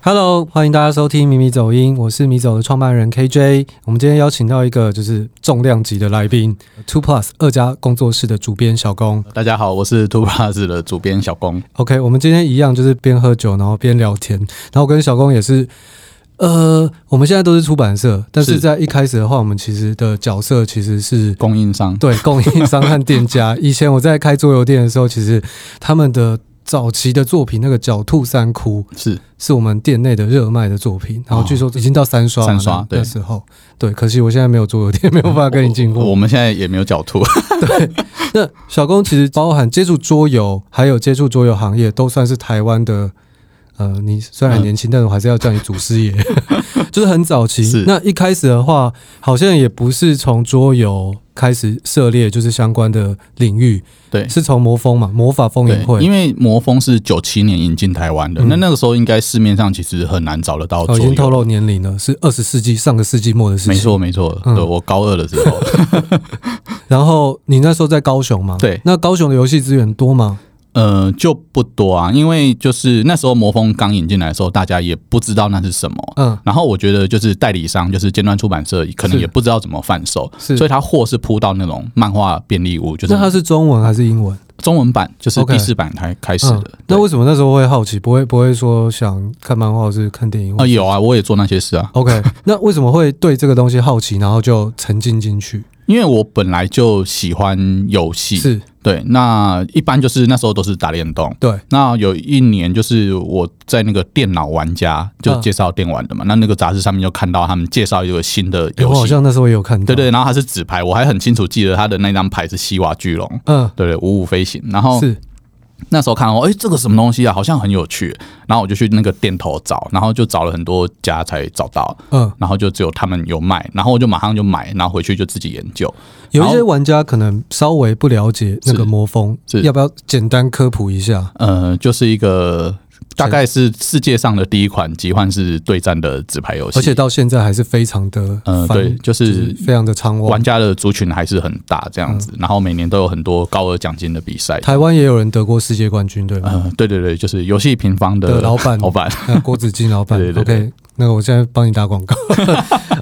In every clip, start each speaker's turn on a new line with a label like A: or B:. A: Hello，欢迎大家收听米米走音，我是米走的创办人 KJ。我们今天邀请到一个就是重量级的来宾，Two Plus 二家工作室的主编小工。
B: 大家好，我是 Two Plus 的主编小工。
A: OK，我们今天一样就是边喝酒然后边聊天，然后跟小工也是。呃，我们现在都是出版社，但是
B: 是
A: 在一开始的话，我们其实的角色其实是
B: 供应商
A: 对供应商和店家。 以前我在开桌游店的时候，其实他们的早期的作品，那个狡兔三窟，
B: 是
A: 是我们店内的热卖的作品，然后
B: 哦
A: 据说已经到三刷嘛
B: 三刷
A: 那
B: 对哦
A: 那时候，对，可惜我现在没有做，有点没有办法跟你进
B: 我
A: 货。
B: 们现在也没有狡兔，
A: 那小工其实包含接触桌游，还有接触桌游行业，都算是台湾的。呃，你虽
B: 嗯
A: 然年轻，但是我还是要叫你祖师爷， 就是很早期
B: 是。
A: 那一开始的话，好像也不是从桌游开始涉猎，就是相关的领域，
B: 对
A: 是从魔风嘛，魔法风
B: 对
A: 云会，，
B: 因为魔风是九七年引进台湾的，
A: 嗯
B: 那那个时候应该市面上其实很难找得到
A: 哦，已
B: 桌
A: 经透
B: 游。
A: 露年龄了，是二十世纪上个世纪末的事情。
B: 没错，没错，
A: 嗯
B: 对我高二的时候，
A: 然后你那时候在高雄嘛？
B: 对
A: 那高雄的游戏资源多吗？
B: 呃，就不多啊，因为就是那时候魔风刚引进来的时候，大家也不知道那是什么。
A: 嗯，
B: 然后我觉得就是代理商，就是尖端出版社，可能
A: 是
B: 也不知道怎么贩售，
A: 是
B: 所以他货是铺到那种漫画便利屋，就是
A: 那它是中文还是英文？
B: 中文版，就是
A: OK
B: 第四版才开始
A: 嗯
B: 的。，
A: 那
B: 对
A: 为什么那时候会好奇？不会不会说想看漫画或是看电影？
B: 啊，有啊，我也做那些事啊，
A: OK，那为什么会对这个东西好奇，然后就沉浸进去？
B: 因为我本来就喜欢游戏，
A: 是
B: 对，那一般就是那时候都是打电动。
A: 对，
B: 那有一年就是我在那个电脑玩家就
A: 嗯
B: 介绍电玩的嘛，那那个杂志上面就看到他们介绍一个新的
A: 诶
B: 游
A: 我好
B: 戏，
A: 像那时候也有看到。
B: 对，对，然后它是纸牌，我还很清楚记得它的那张牌是西瓦巨龙，
A: 嗯，
B: 对对，五五飞行，然后
A: 是
B: 那时候看到，哎、这个什么东西啊，好像很有趣，然后我就去那个店头找，然后就找了很多家才找到，
A: 嗯，
B: 然后就只有他们有卖，然后我就马上就买，然后回去就自己研究。
A: 有一
B: 然后
A: 些玩家可能稍微不了解那个魔风，
B: 是
A: 要不要简单科普一下？
B: 呃，就是一个大概是世界上的第一款集换式对战的纸牌游戏，
A: 而且到现在还是非常的
B: 呃
A: 繁
B: 对就是
A: 非常的猖
B: 玩
A: 旺。
B: 家的族群还是很大这样子，然后每年都有很多高额奖金的比赛。
A: 台湾也有人得过世界冠军，对吗？
B: 呃，对对对，就是游戏平方
A: 的
B: 的
A: 老板
B: 老板
A: 那郭子金老板
B: 对对
A: o
B: 对
A: k 那我现在帮你打广告。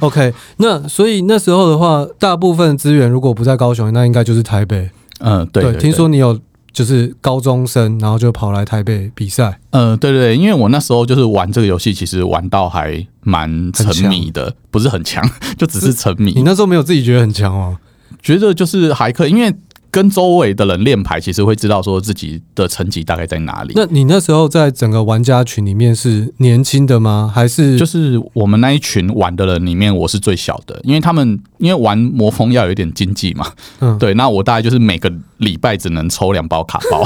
A: OK，那所以那时候的话，大部分资源如果不在高雄，那应该就是台北。
B: 嗯，对对，
A: 听说你有就是高中生，然后就跑来台北比赛。
B: 呃，对对，因为我那时候就是玩这个游戏，其实玩到还蛮沉迷的，不是很强， 就只是沉
A: 你
B: 迷，
A: 那时候没有自己觉得很强哦？
B: 觉得就是还可以，因为跟周围的人练牌，其实会知道说自己的成绩大概在哪里。
A: 那你那时候在整个玩家群里面是年轻的吗？还是
B: 就是我们那一群玩的人里面，我是最小的，因为他们因为玩魔风要有一点经济嘛，
A: 嗯
B: 对，那我大概就是每个礼拜只能抽两包卡 包，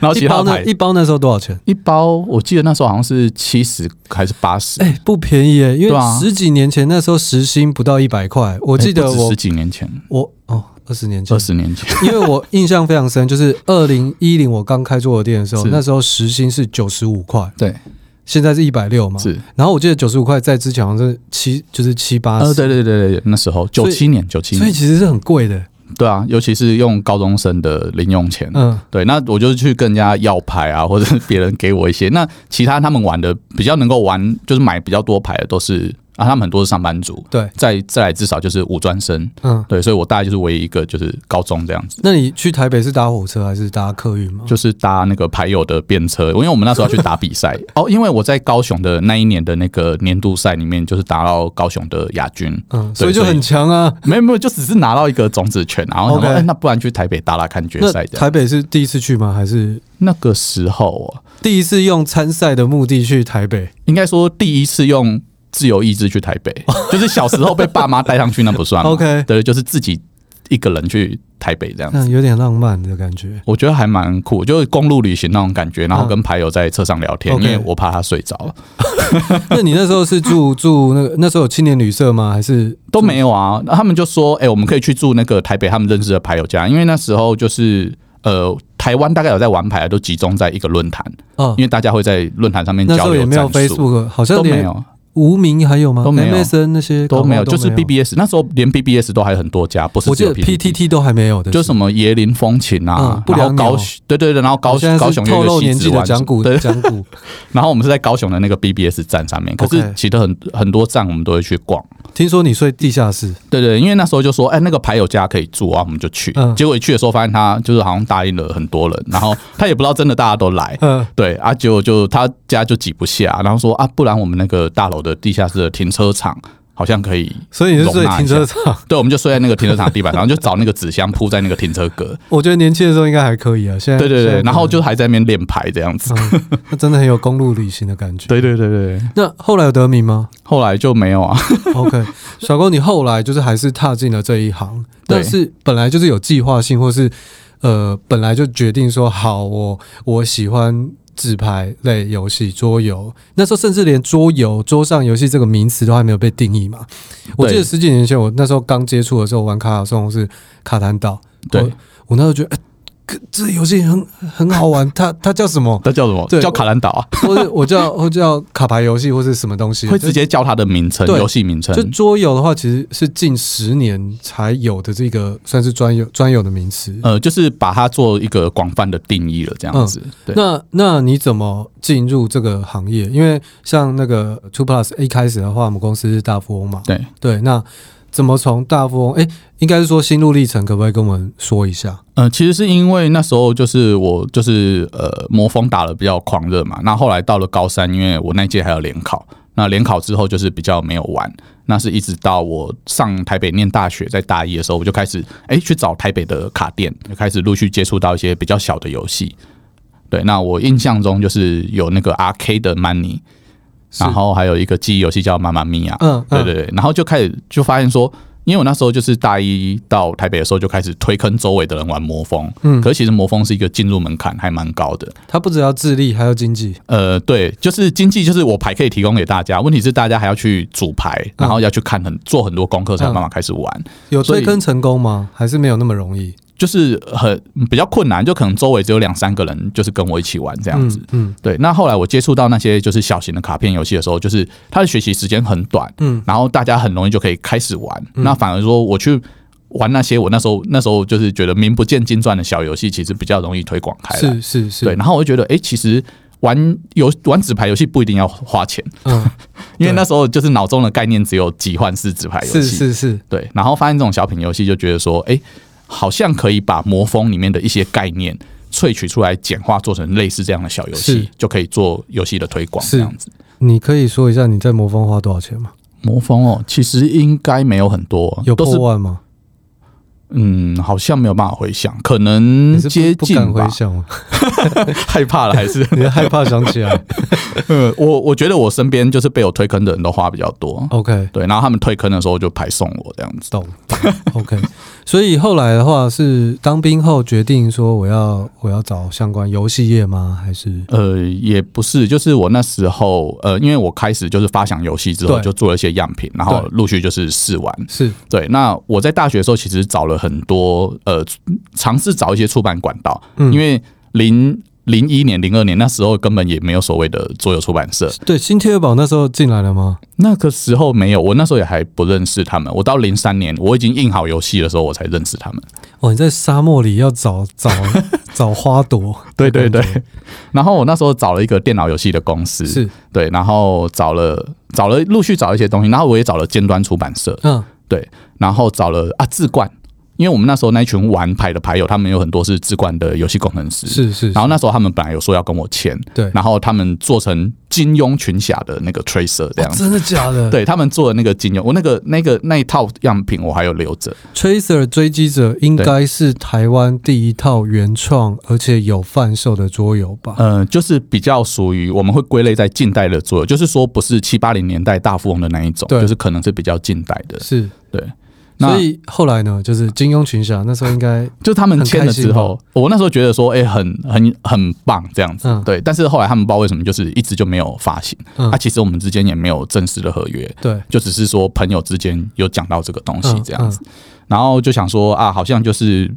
B: 然后其
A: 一包
B: 他
A: 那
B: 牌
A: 一包那时候多少钱？
B: 一包，我记得那时候好像是七十还是八十、
A: 哎、不便宜耶、因
B: 对
A: 为
B: 啊
A: 十几年前那时候时薪不到一百块，我记得
B: 哎不止
A: 我、
B: 十几年前，
A: 我哦二十年前
B: 二十年前，
A: 因为我印象非常深，就是二零一零我刚开桌游店的时候，
B: 是
A: 那时候时薪是九十五块，
B: 对，
A: 现啊在是一百六嘛。
B: 是，
A: 然后我记得九十五块在之前好像是七，就是七八
B: 呃，
A: 十，
B: 对对对对，那时候
A: 所
B: 九
A: 以
B: 七年，九七
A: 所以
B: 年，
A: 其实是很贵的。
B: 对啊，尤其是用高中生的零用钱，啊
A: 嗯，
B: 对，那我就去跟人家要牌啊，或者是别人给我一些。那其他他们玩的比较能够玩，就是买比较多牌的都是啊，他们很多是上班族，
A: 对，
B: 再再来至少就是五专生，
A: 嗯。
B: 对，所以我大概就是唯一一个就是高中这样子。
A: 那你去台北是搭火车还是搭客运吗？
B: 就是搭那个牌友的便车，因为我们那时候要去打比赛 哦。因为我在高雄的那一年的那个年度赛里面，就是打到高雄的亚军，
A: 嗯，
B: 对
A: 所以就
B: 所以
A: 很强啊。
B: 没有没有，就只是拿到一个种子权，然后想说
A: OK
B: 哎那不然去台北打打看决
A: 那
B: 赛这样。
A: 台北是第一次去吗？还是
B: 那个时候啊，
A: 第一次用参赛的目的去台北？
B: 应该说第一次用自由意志去台 北，就是小时候被爸妈带上去，那不算嘛。
A: OK
B: 对，就是自己一个人去台北这样子。
A: 嗯，有点浪漫的感觉。
B: 我觉得还蛮酷，就是公路旅行那种感觉，然后
A: 嗯
B: 跟牌友在车上聊天，
A: OK 嗯
B: 因为我怕他睡着了，
A: 那你那时候是住 住那个那时候有青年旅社吗？还是
B: 都没有啊。那他们就说，哎、我们可以去住那个台北他们认识的牌友家，因为那时候就是呃，台湾大概有在玩牌的都集中在一个论坛，
A: 啊？
B: 哦因为大家会在论坛上面
A: 那时
B: 交
A: 候
B: 流
A: 也没有
B: 战术，
A: Facebook，好像
B: 都没
A: 连
B: 有。
A: 无名还有吗？
B: 都没有
A: MSN 那些
B: 都没有，
A: 搞不
B: 就
A: 好
B: 是 BBS 那时候连 BBS 都还很多家，不是
A: 我记
B: 只有
A: 得 PTT 都还没有的，
B: 就什么椰林风情啊
A: 嗯，不
B: 然后
A: 良
B: 高
A: 鸟
B: 雄，对对对，然后高
A: 我现在
B: 高
A: 是
B: 雄又
A: 透
B: 有
A: 露
B: 一个
A: 年
B: 西
A: 纪
B: 子
A: 的
B: 湾
A: 讲古
B: 对，
A: 讲古，
B: 然后我们是在高雄的那个 BBS 站上面，可是
A: OK
B: 其实很很多站我们都会去逛，
A: 听说你睡地下室，
B: 对对，因为那时候就说，哎，那个牌友家可以住啊，我们就去，
A: 嗯。
B: 结果一去的时候发现他就是好像答应了很多人，然后他也不知道真的大家都来
A: 嗯，
B: 对啊，结果就他家就挤不下，然后说啊，不然我们那个大楼的地下室的停车场好像可以
A: 所以你是睡
B: 容纳一
A: 停车场？
B: 对，我们就睡在那个停车场地板，然后就找那个纸箱铺在那个停车 格。
A: 我觉得年轻的时候应该还可以啊，现在
B: 对对
A: 现在
B: 对，
A: 可能
B: 然后就还在那边练牌这样子。
A: 那真的很有公路旅行的感觉。
B: 对对对对，
A: 那后来有得名吗
B: 后来就没有 啊。
A: ？OK，小高，你后来就是还是踏进了这一行，
B: 对
A: 但是本来就是有计划性，或是呃本来就决定说好，我我喜欢纸牌类游戏桌游。那时候甚至连桌游、桌上游戏这个名词都还没有被定义嘛。我记得
B: 对
A: 十几年前，我那时候刚接触的时候，玩卡卡颂是卡坦岛，
B: 对
A: 我，我那时候觉得，哎、可这游戏很很好玩，它它叫什 么？
B: 那叫什么？
A: 对
B: 叫卡兰岛啊，
A: 或者我叫我叫卡牌游戏，或是什么东西？
B: 会直接叫它的名称，
A: 对
B: 游戏名称
A: 就。就桌游的话，其实是近十年才有的这个算是专有专有的名词。
B: 呃，就是把它做一个广泛的定义了，这样子。对，
A: 那那你怎么进入这个行业？因为像那个 Two Plus 一开始的话，我们公司是大富翁嘛，
B: 对，
A: 对，那怎么从大富翁？哎、应该是说心路历程，可不可以跟我们说一下？
B: 呃，其实是因为那时候就是我就是呃魔风打的比较狂热嘛，那后来到了高三，因为我那届还有联考，那联考之后就是比较没有玩，那是一直到我上台北念大学，在大一的时候我就开始哎、诶去找台北的卡店，就开始陆续接触到一些比较小的游戏。对，那我印象中就是有那个 R K 的 Money，
A: 是
B: 然后还有一个记忆游戏叫《妈妈咪呀》，
A: 嗯，
B: 对
A: 嗯
B: 对对，然后就开始就发现说，因为我那时候就是大一到台北的时候就开始推坑周围的人玩魔风，
A: 嗯
B: 可是其实魔风是一个进入门槛还蛮高的，
A: 他不只要智力，还有经济，
B: 呃，对，就是经济就是我牌可以提供给大家，问题是大家还要去组牌，然后要去看很做很多功课才
A: 嗯
B: 有办法开始玩，
A: 有
B: 所以
A: 推坑成功吗？还是没有那么容易？
B: 就是很比较困难，就可能周围只有两三个人就是跟我一起玩这
A: 这
B: 样子。，
A: 嗯
B: 对，那后来我接触到那些就是小型的卡片游戏的时候，就是它的学习时间很短，
A: 嗯，
B: 然后大家很容易就可以开始玩。那反而说我去玩那些我那时候那时候就是觉得名不见经传的小游戏，其实比较容易推广开来。
A: 是是是，
B: 对，然后我就觉得，哎、其实玩游玩纸牌游戏不一定要花钱，
A: 嗯，
B: 因为
A: 对
B: 那时候就是脑中的概念只有集换式纸牌游
A: 是
B: 戏。
A: 是是，
B: 对，然后发现这种小品游戏，就觉得说，哎、好像可以把魔风里面的一些概念萃取出来，简化做成类似这样的小游戏
A: 是，
B: 就可以做游戏的推广
A: 是
B: 这样子。
A: 你可以说一下你在魔方花多少钱吗？
B: 魔风哦，其实应该没有很多，
A: 有
B: 都
A: 破
B: 是
A: 万吗？
B: 嗯，好像没有办法回想，可
A: 你
B: 能
A: 是不
B: 嗯接
A: 不
B: 近
A: 敢
B: 吧
A: 回，想吗？
B: 害怕了还 是
A: 你害怕想起来
B: 呃，我我觉得我身边就是被我推坑的人都花比较多，
A: ？OK，
B: 对，然后他们退坑的时候就排送我这样子，
A: 懂。OK，所以后来的话是当兵后决定说我要我要找相关游戏业吗？还是
B: 呃，也不是，就是我那时候，呃，因为我开始就是发想游戏之后，
A: 对
B: 就做了一些样品，然后
A: 对
B: 陆续就是试玩。
A: 是
B: 对，那我在大学的时候，其实找了很多，呃，尝试找一些出版管道，
A: 嗯
B: 因为零零一年、零二年那时候根本也没有所谓的桌游出版社，
A: 对新天鹅堡那时候进来了吗？
B: 那个时候没有，我那时候也还不认识他们。我到零三年，我已经印好游戏的时候，我才认识他们。
A: 哦，你在沙漠里要找 找找花朵，
B: 对对对，然后我那时候找了一个电脑游戏的公司，
A: 是
B: 对，然后找了找了陆续找一些东西，然后我也找了尖端出版社，
A: 嗯
B: 然后找了啊志冠，因为我们那时候那一群玩牌的牌友，他们有很多是志冠的游戏工程师，
A: 是是，
B: 然后
A: 呢
B: 那时候他们本来有说要跟我签，
A: 对，
B: 然后他们做成金庸群侠的那个 tracer 这样
A: 哦
B: 子。
A: 真的假的？
B: 对他们做的那个金庸，我那个那个那一套样品我还有留着，
A: Tracer 追击者应该是台湾第一套原创而且有贩售的桌游吧？
B: 呃，就是比较属于我们会归类在近代的桌游，就是说不是七八零年代大富翁的那一种，
A: 对
B: 就是可能是比较近代的。
A: 是，
B: 呃对，那
A: 所以后来呢，就是金庸群侠那时候应该，
B: 就他们签了之
A: 很
B: 后，我那时候觉得说，哎、很很很棒这样子，
A: 嗯
B: 对。但是后来他们不知道为什么，就是一直就没有发行。
A: 嗯
B: 啊，其实我们之间也没有正式的合约，
A: 对，
B: 就只是说 朋友之间有讲到这个东西
A: 嗯
B: 这样子，然后就想说啊，好像就是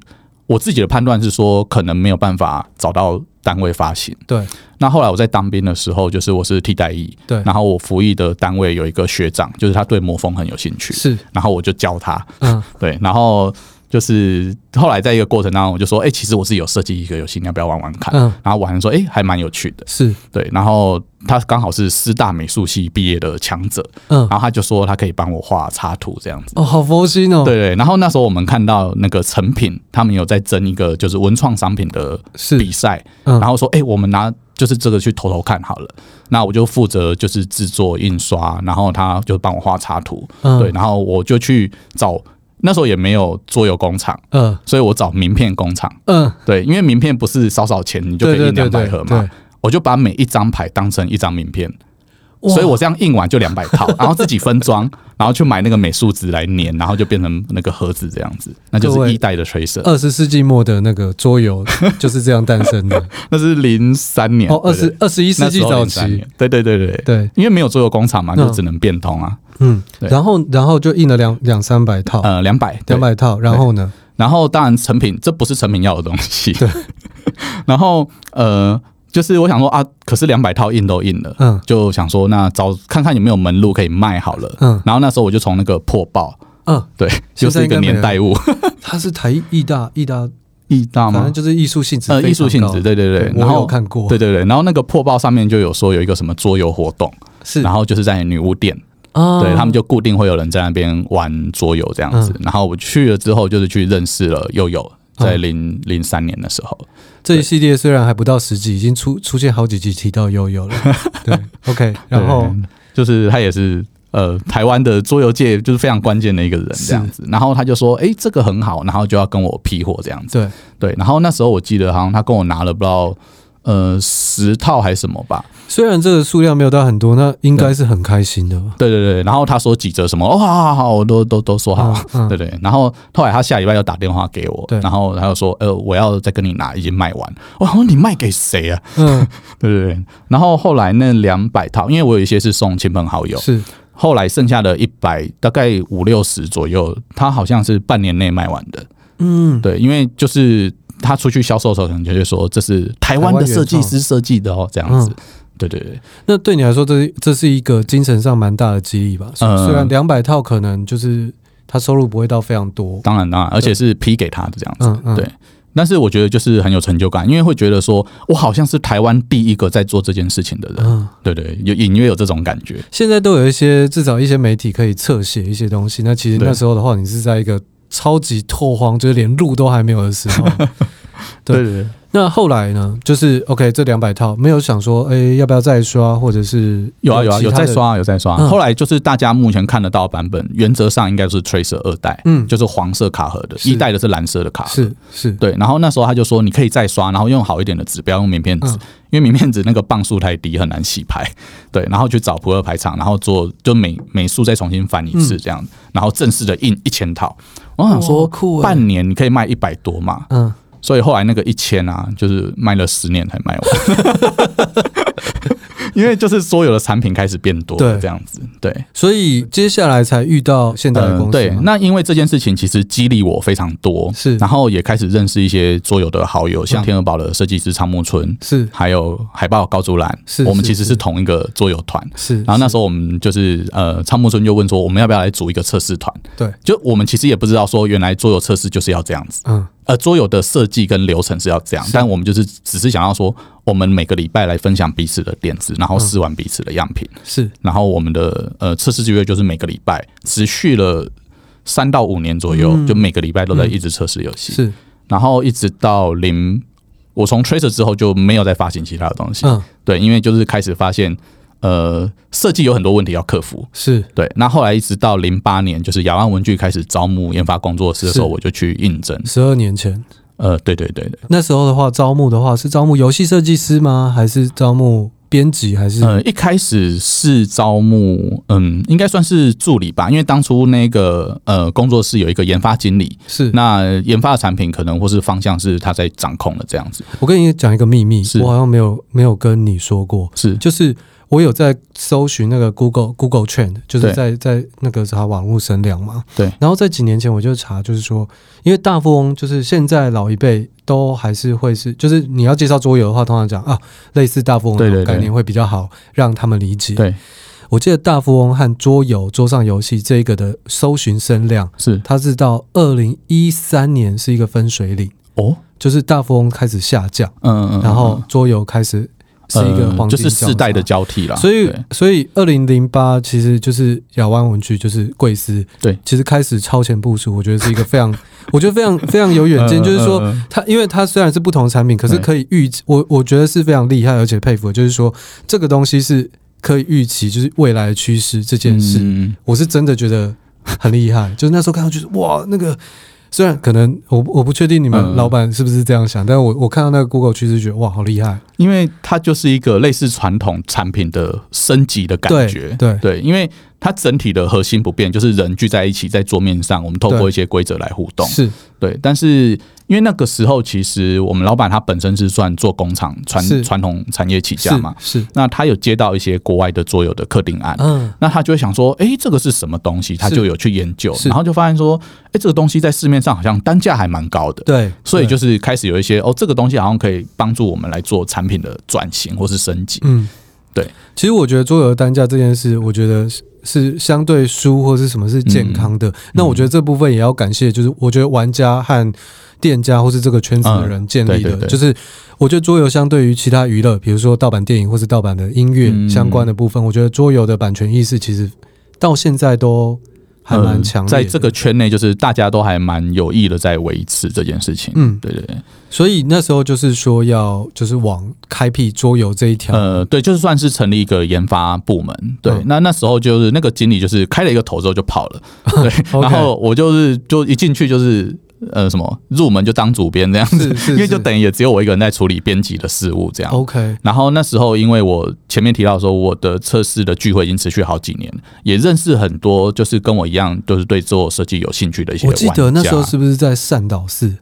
B: 我自己的判断是说，可能没有办法找到单位发行。
A: 对
B: 那后来我在当兵的时候，就是我是替代役，
A: 对
B: 然后我服役的单位有一个学长，就是他对魔风很有兴趣，
A: 是，
B: 然后我就教他，
A: 嗯，
B: 对，然后就是后来在一个过程当中，我就说，哎、其实我自己有设计一个游戏，你要不要玩玩看？
A: 嗯
B: 然后玩了说，哎、还蛮有趣的，
A: 是，
B: 对，然后他刚好是师大美术系毕业的强者，
A: 嗯，
B: 然后他就说他可以帮我画插图这样子。
A: 哦，好佛心哦，
B: 对，对，然后那时候我们看到那个成品，他们有在争一个就是文创商品的
A: 是
B: 比赛，
A: 嗯
B: 然后说，哎、我们拿就是这个去投投看好了。那我就负责就是制作印刷，然后他就帮我画插图，
A: 嗯
B: 对，然后我就去找，那时候也没有桌游工厂，
A: 嗯
B: 所以我找名片工厂，
A: 嗯，
B: 对，因为名片不是少少钱你就可以
A: 对
B: 印
A: 对
B: 两百
A: 对
B: 盒
A: 对
B: 嘛
A: 对，，
B: 我就把每一张牌当成一张名片，
A: 哇
B: 所以我这样印完就两百套，然后自己分装， 然后去买那个美术纸来粘，然后就变成那个盒子这样子，那就
A: 各
B: 是
A: 位
B: 一代的吹色，
A: 二十世纪末的那个桌游 就是这样诞生的，
B: 那是零三年
A: 哦，二
B: 对对
A: 十二十一世纪
B: 那时
A: 早
B: 候03
A: 期
B: 年，，对对对对。
A: 对，
B: 因为没有桌游工厂嘛，
A: 嗯
B: 就只能变通啊，
A: 嗯，
B: 对
A: 然后然后就印了两两三百套，
B: 呃，两百，对
A: 嗯两百套，然后呢，
B: 然后当然成品这不是成品要的东西。对。 然后呃，就是我想说啊，可是两百套印都印了，
A: 嗯
B: 就想说那找看看有没有门路可以卖好了。
A: 嗯
B: 然后那时候我就从那个破报，
A: 嗯，
B: 对，
A: 现
B: 就
A: 在
B: 是一
A: 应该
B: 个
A: 没有
B: 年代物，
A: 它是台艺大艺大，
B: 意大
A: 反
B: 啊吗
A: 正？就是艺术性质
B: 呃，
A: 非常高，
B: 艺术性质，对对对。然
A: 我有
B: 后
A: 看过，
B: 对对对，然后那个破报上面就有说有一个什么桌游活动，
A: 是，
B: 然后就是在女巫店，
A: 啊
B: 对他们就固定会有人在那边玩桌游这样子。
A: 嗯
B: 然后我去了之后，就是去认识了悠悠，在零零三年的时候，
A: 这一系列虽然还不到十集，已经出出现好几集提到悠 悠了，对，OK，然后
B: 对就是他也是呃台湾的桌游界就是非常关键的一个人这样子，然后他就说，诶，这个很好，然后就要跟我批货这样子，
A: 对，
B: 对，然后那时候我记得好像他跟我拿了不知道呃十套还是什么吧，
A: 虽然这个数量没有到很多，那应该是很开心的 吧？
B: 对对对，然后他说几折什么，哦好好好，我都都都说好，
A: 嗯，嗯，
B: 对对，然后后来他下礼拜又打电话给我
A: 对，
B: 然后他就说，呃，我要再跟你拿，已经卖完，我说你卖给谁啊？
A: 嗯，
B: 对对对，然后后来那两百套，因为我有一些是送亲朋好友，
A: 是，
B: 后来剩下的一百大概五六十左右，他好像是半年内卖完的。
A: 嗯，
B: 对，因为就是他出去销售的时候，可能就会说这是台湾的设计师设计的哦，这样子。对对对，
A: 那对你来说，这这是一个精神上蛮大的激励吧？虽
B: 嗯
A: 虽然两百套可能就是他收入不会到非常多，
B: 当然当然，而且是批给他的这样子。
A: 嗯嗯，
B: 对但是我觉得就是很有成就感，因为会觉得说我好像是台湾第一个在做这件事情的人。
A: 嗯。
B: 对对，有隐约有这种感觉。
A: 现在都有一些至少一些媒体可以侧写一些东西，那其实
B: 对
A: 那时候的话，你是在一个超级拓荒，就是连路都还没有的时候。对
B: 对对，
A: 那后来呢？就是 OK，这两百套没有想说，哎、要不要再刷，或者是
B: 有啊有啊，
A: 其
B: 有
A: 他
B: 在
A: 的，
B: 刷有在刷。
A: 嗯
B: 后来就是大家目前看得到的版本，原则上应该是 Tracer 二代，
A: 嗯，
B: 就是黄色卡盒的，
A: 是
B: 一代的是蓝色的卡盒。
A: 是是，
B: 对，然后那时候他就说，你可以再刷，然后用好一点的纸，不要用名片纸，
A: 嗯
B: 因为名片纸那个磅数太低，很难洗牌。对，然后去找扑克牌厂，然后做就美美术再重新翻一次这样，然后正式的印一千套。我想
A: 嗯
B: 说，
A: 哇酷欸
B: 半年你可以卖一百多嘛，
A: 嗯，
B: 所以后来那个一千啊，就是卖了十年才卖完。 因为就是所有的产品开始变多了
A: 对
B: 这样子，对，
A: 所以接下来才遇到现在的公司、
B: 嗯，对，那因为这件事情其实激励我非常多，
A: 是
B: 然后也开始认识一些桌游的好友，
A: 嗯
B: 像天鹅堡的设计师仓木村，
A: 是
B: 还有海豹高竹兰，
A: 是
B: 我们
A: 是
B: 其实
A: 是
B: 是同一个桌游团。
A: 是，
B: 然后那时候我们就是呃，仓木村就问说，我们要不要来组一个测试团？
A: 对，
B: 就我们其实也不知道说，原来桌游测试就是要这样子，
A: 嗯
B: 呃，桌游的设计跟流程是要这样，但我们就是只是想要说，我们每个礼拜来分享彼此的点子，
A: 嗯
B: 然后试完彼此的样品。
A: 是
B: 然后我们的呃测试制约就是每个礼拜持续了三到五年左右，
A: 嗯
B: 就每个礼拜都在一直测试游戏，
A: 是
B: 然后一直到零，我从 Tracer 之后就没有再发行其他的东西，
A: 嗯
B: 对，因为就是开始发现呃设计有很多问题要克服。
A: 是
B: 对，那后来一直到零八年，就是雅万文具开始招募研发工作室的时候，
A: 是
B: 我就去应征。
A: 十二年前
B: 呃，对对对对，
A: 那时候的话，招募的话是招募游戏设计师吗？还是招募编辑？还是、
B: 呃，一开始是招募，嗯，应该算是助理吧，因为当初那个呃工作室有一个研发经理，
A: 是？
B: 那研发的产品可能或是方向是他在掌控的这样子，
A: 我跟你讲一个秘密
B: 是，
A: 我好像没有没有跟你说过，
B: 是
A: 就是我有在搜寻那个 Google Google Trend，就是
B: 对
A: 在在那个查网络声量嘛。
B: 对。
A: 然后在几年前我就查，就是说，因为大富翁就是现在老一辈都还是会是，就是你要介绍桌游的话，通常讲啊，类似大富翁
B: 对
A: 那种
B: 对对
A: 概念会比较好让他们理解。
B: 对，
A: 我记得大富翁和桌游、桌上游戏这一个的搜寻声量，
B: 是
A: 它是到二零一三年是一个分水岭，
B: 哦，
A: 就是大富翁开始下降，
B: 嗯嗯，
A: 然后桌游开始是一个黄金、
B: 呃就是世代的。交替啦。
A: 所以
B: 对，
A: 所以二零零八其实就是亚湾文具，就是贵司，
B: 对，
A: 其实开始超前部署，我觉得是一个非常， 我觉得非常非常有远见，
B: 嗯
A: 就是说，
B: 嗯嗯
A: 它因为它虽然是不同产品，可是
B: 对
A: 可以预，我我觉得是非常厉害而且佩服的，就是说这个东西是可以预期，就是未来的趋势这件事，
B: 嗯
A: 我是真的觉得很厉害。就是那时候看到就是哇，那个虽然可能我我不确定你们
B: 嗯
A: 老板是不是这样想，但我我看到那个 Google 趋势，觉得哇，好厉害，
B: 因为它就是一个类似传统产品的升级的感觉。
A: 对对
B: 对，因为它整体的核心不变，就是人聚在一起在桌面上，我们透过
A: 对
B: 一些规则来互动。
A: 是
B: 对，但是因为那个时候，其实我们老板他本身是算做工厂传
A: 是
B: 传统产业起家
A: 是
B: 嘛，
A: 是，
B: 那他有接到一些国外的桌游的客定案。
A: 嗯，
B: 那他就会想说，诶，这个是什么东西？他
A: 是
B: 就有去研究，
A: 是
B: 然后就发现说，诶，这个东西在市面上好像单价还蛮高的。
A: 对，
B: 所以就是是开始有一些哦，这个东西好像可以帮助我们来做产品的转型或是升级。
A: 嗯，
B: 对。
A: 其实我觉得桌游的单价这件事，我觉得是。是相对书或是什么是健康
B: 嗯
A: 的，那我觉得这部分也要感谢，就是我觉得玩家和店家或是这个圈子的人建立的，
B: 嗯对对对
A: 就是我觉得桌游相对于其他娱乐，比如说盗版电影或是盗版的音乐
B: 嗯
A: 相关的部分，我觉得桌游的版权意识其实到现在都还蛮强烈的、
B: 嗯在这个圈内，就是大家都还蛮有意的在维持这件事情。
A: 嗯
B: 对对对，
A: 所以那时候就是说要就是往开辟桌游这一条，
B: 呃，对，就是算是成立一个研发部门。对，
A: 嗯
B: 那那时候就是那个经理就是开了一个头之后就跑了，对，
A: OK
B: 然后我就是就一进去就是呃什么入门就当主编这样子，
A: 是是，哦
B: 因为就是等于也只有我一个人在处理编辑的事务这样。
A: OK，
B: 然后那时候，因为我前面提到说，我的测试的聚会已经持续好几年，也认识很多就是跟我一样，就是对做设计有兴趣的一些
A: 我
B: 玩家。
A: 记得那时候是不是在善导寺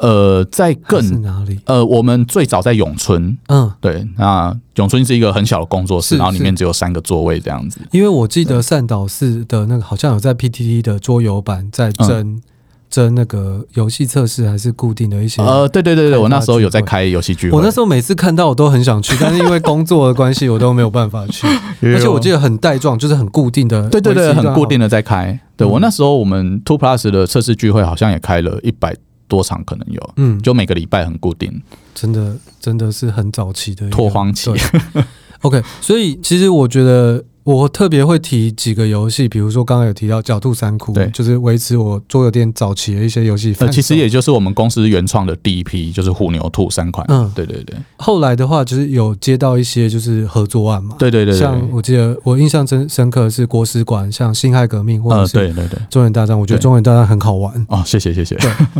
B: 呃，在
A: 还是
B: 更
A: 哪里？
B: 呃，我们最早在永春，
A: 嗯，
B: 对，那永春是一个很小的工作室，
A: 是
B: 然后里
A: 是
B: 面只有三个座位这样子。
A: 因为我记得善导寺的那个好像有在 PTT 的桌游版在争、
B: 嗯
A: 争那个游戏测试，还是固定的一些。
B: 呃，对对对
A: 开
B: 对，
A: 发
B: 我那时候有在
A: 聚会
B: 开游戏聚会，
A: 我那时候每次看到我都很 想去，但是因为工作的关系，我都没有办法去。
B: 也有
A: 而且我记得很带状，就是很固定的，
B: 对对对，很固定
A: 的。
B: 的在开。对
A: 嗯
B: 我那时候我们 Two Plus 的测试聚会好像也开了一百多场，可能有，
A: 嗯，
B: 就每个礼拜很固定，
A: 真的真的是很早期的一个
B: 拓荒期。
A: 对 OK，所以其实我觉得我特别会提几个游戏，比如说刚刚有提到角度三窟，
B: 对
A: 就是维持我桌游店早期的一些游戏范
B: 呃，
A: 畴。
B: 其实也就是我们公司原创的第一批，就是虎牛兔三款。
A: 嗯
B: 对对对，
A: 后来的话，就是有接到一些就是合作案嘛，
B: 对对对
A: 像
B: 对，
A: 我记得我印象深深刻的是国史馆，像辛亥革命或者
B: 呃，
A: 是
B: 对对对，
A: 中原大战，我觉得
B: 对
A: 中原大战很好玩，
B: 哦，谢谢谢谢，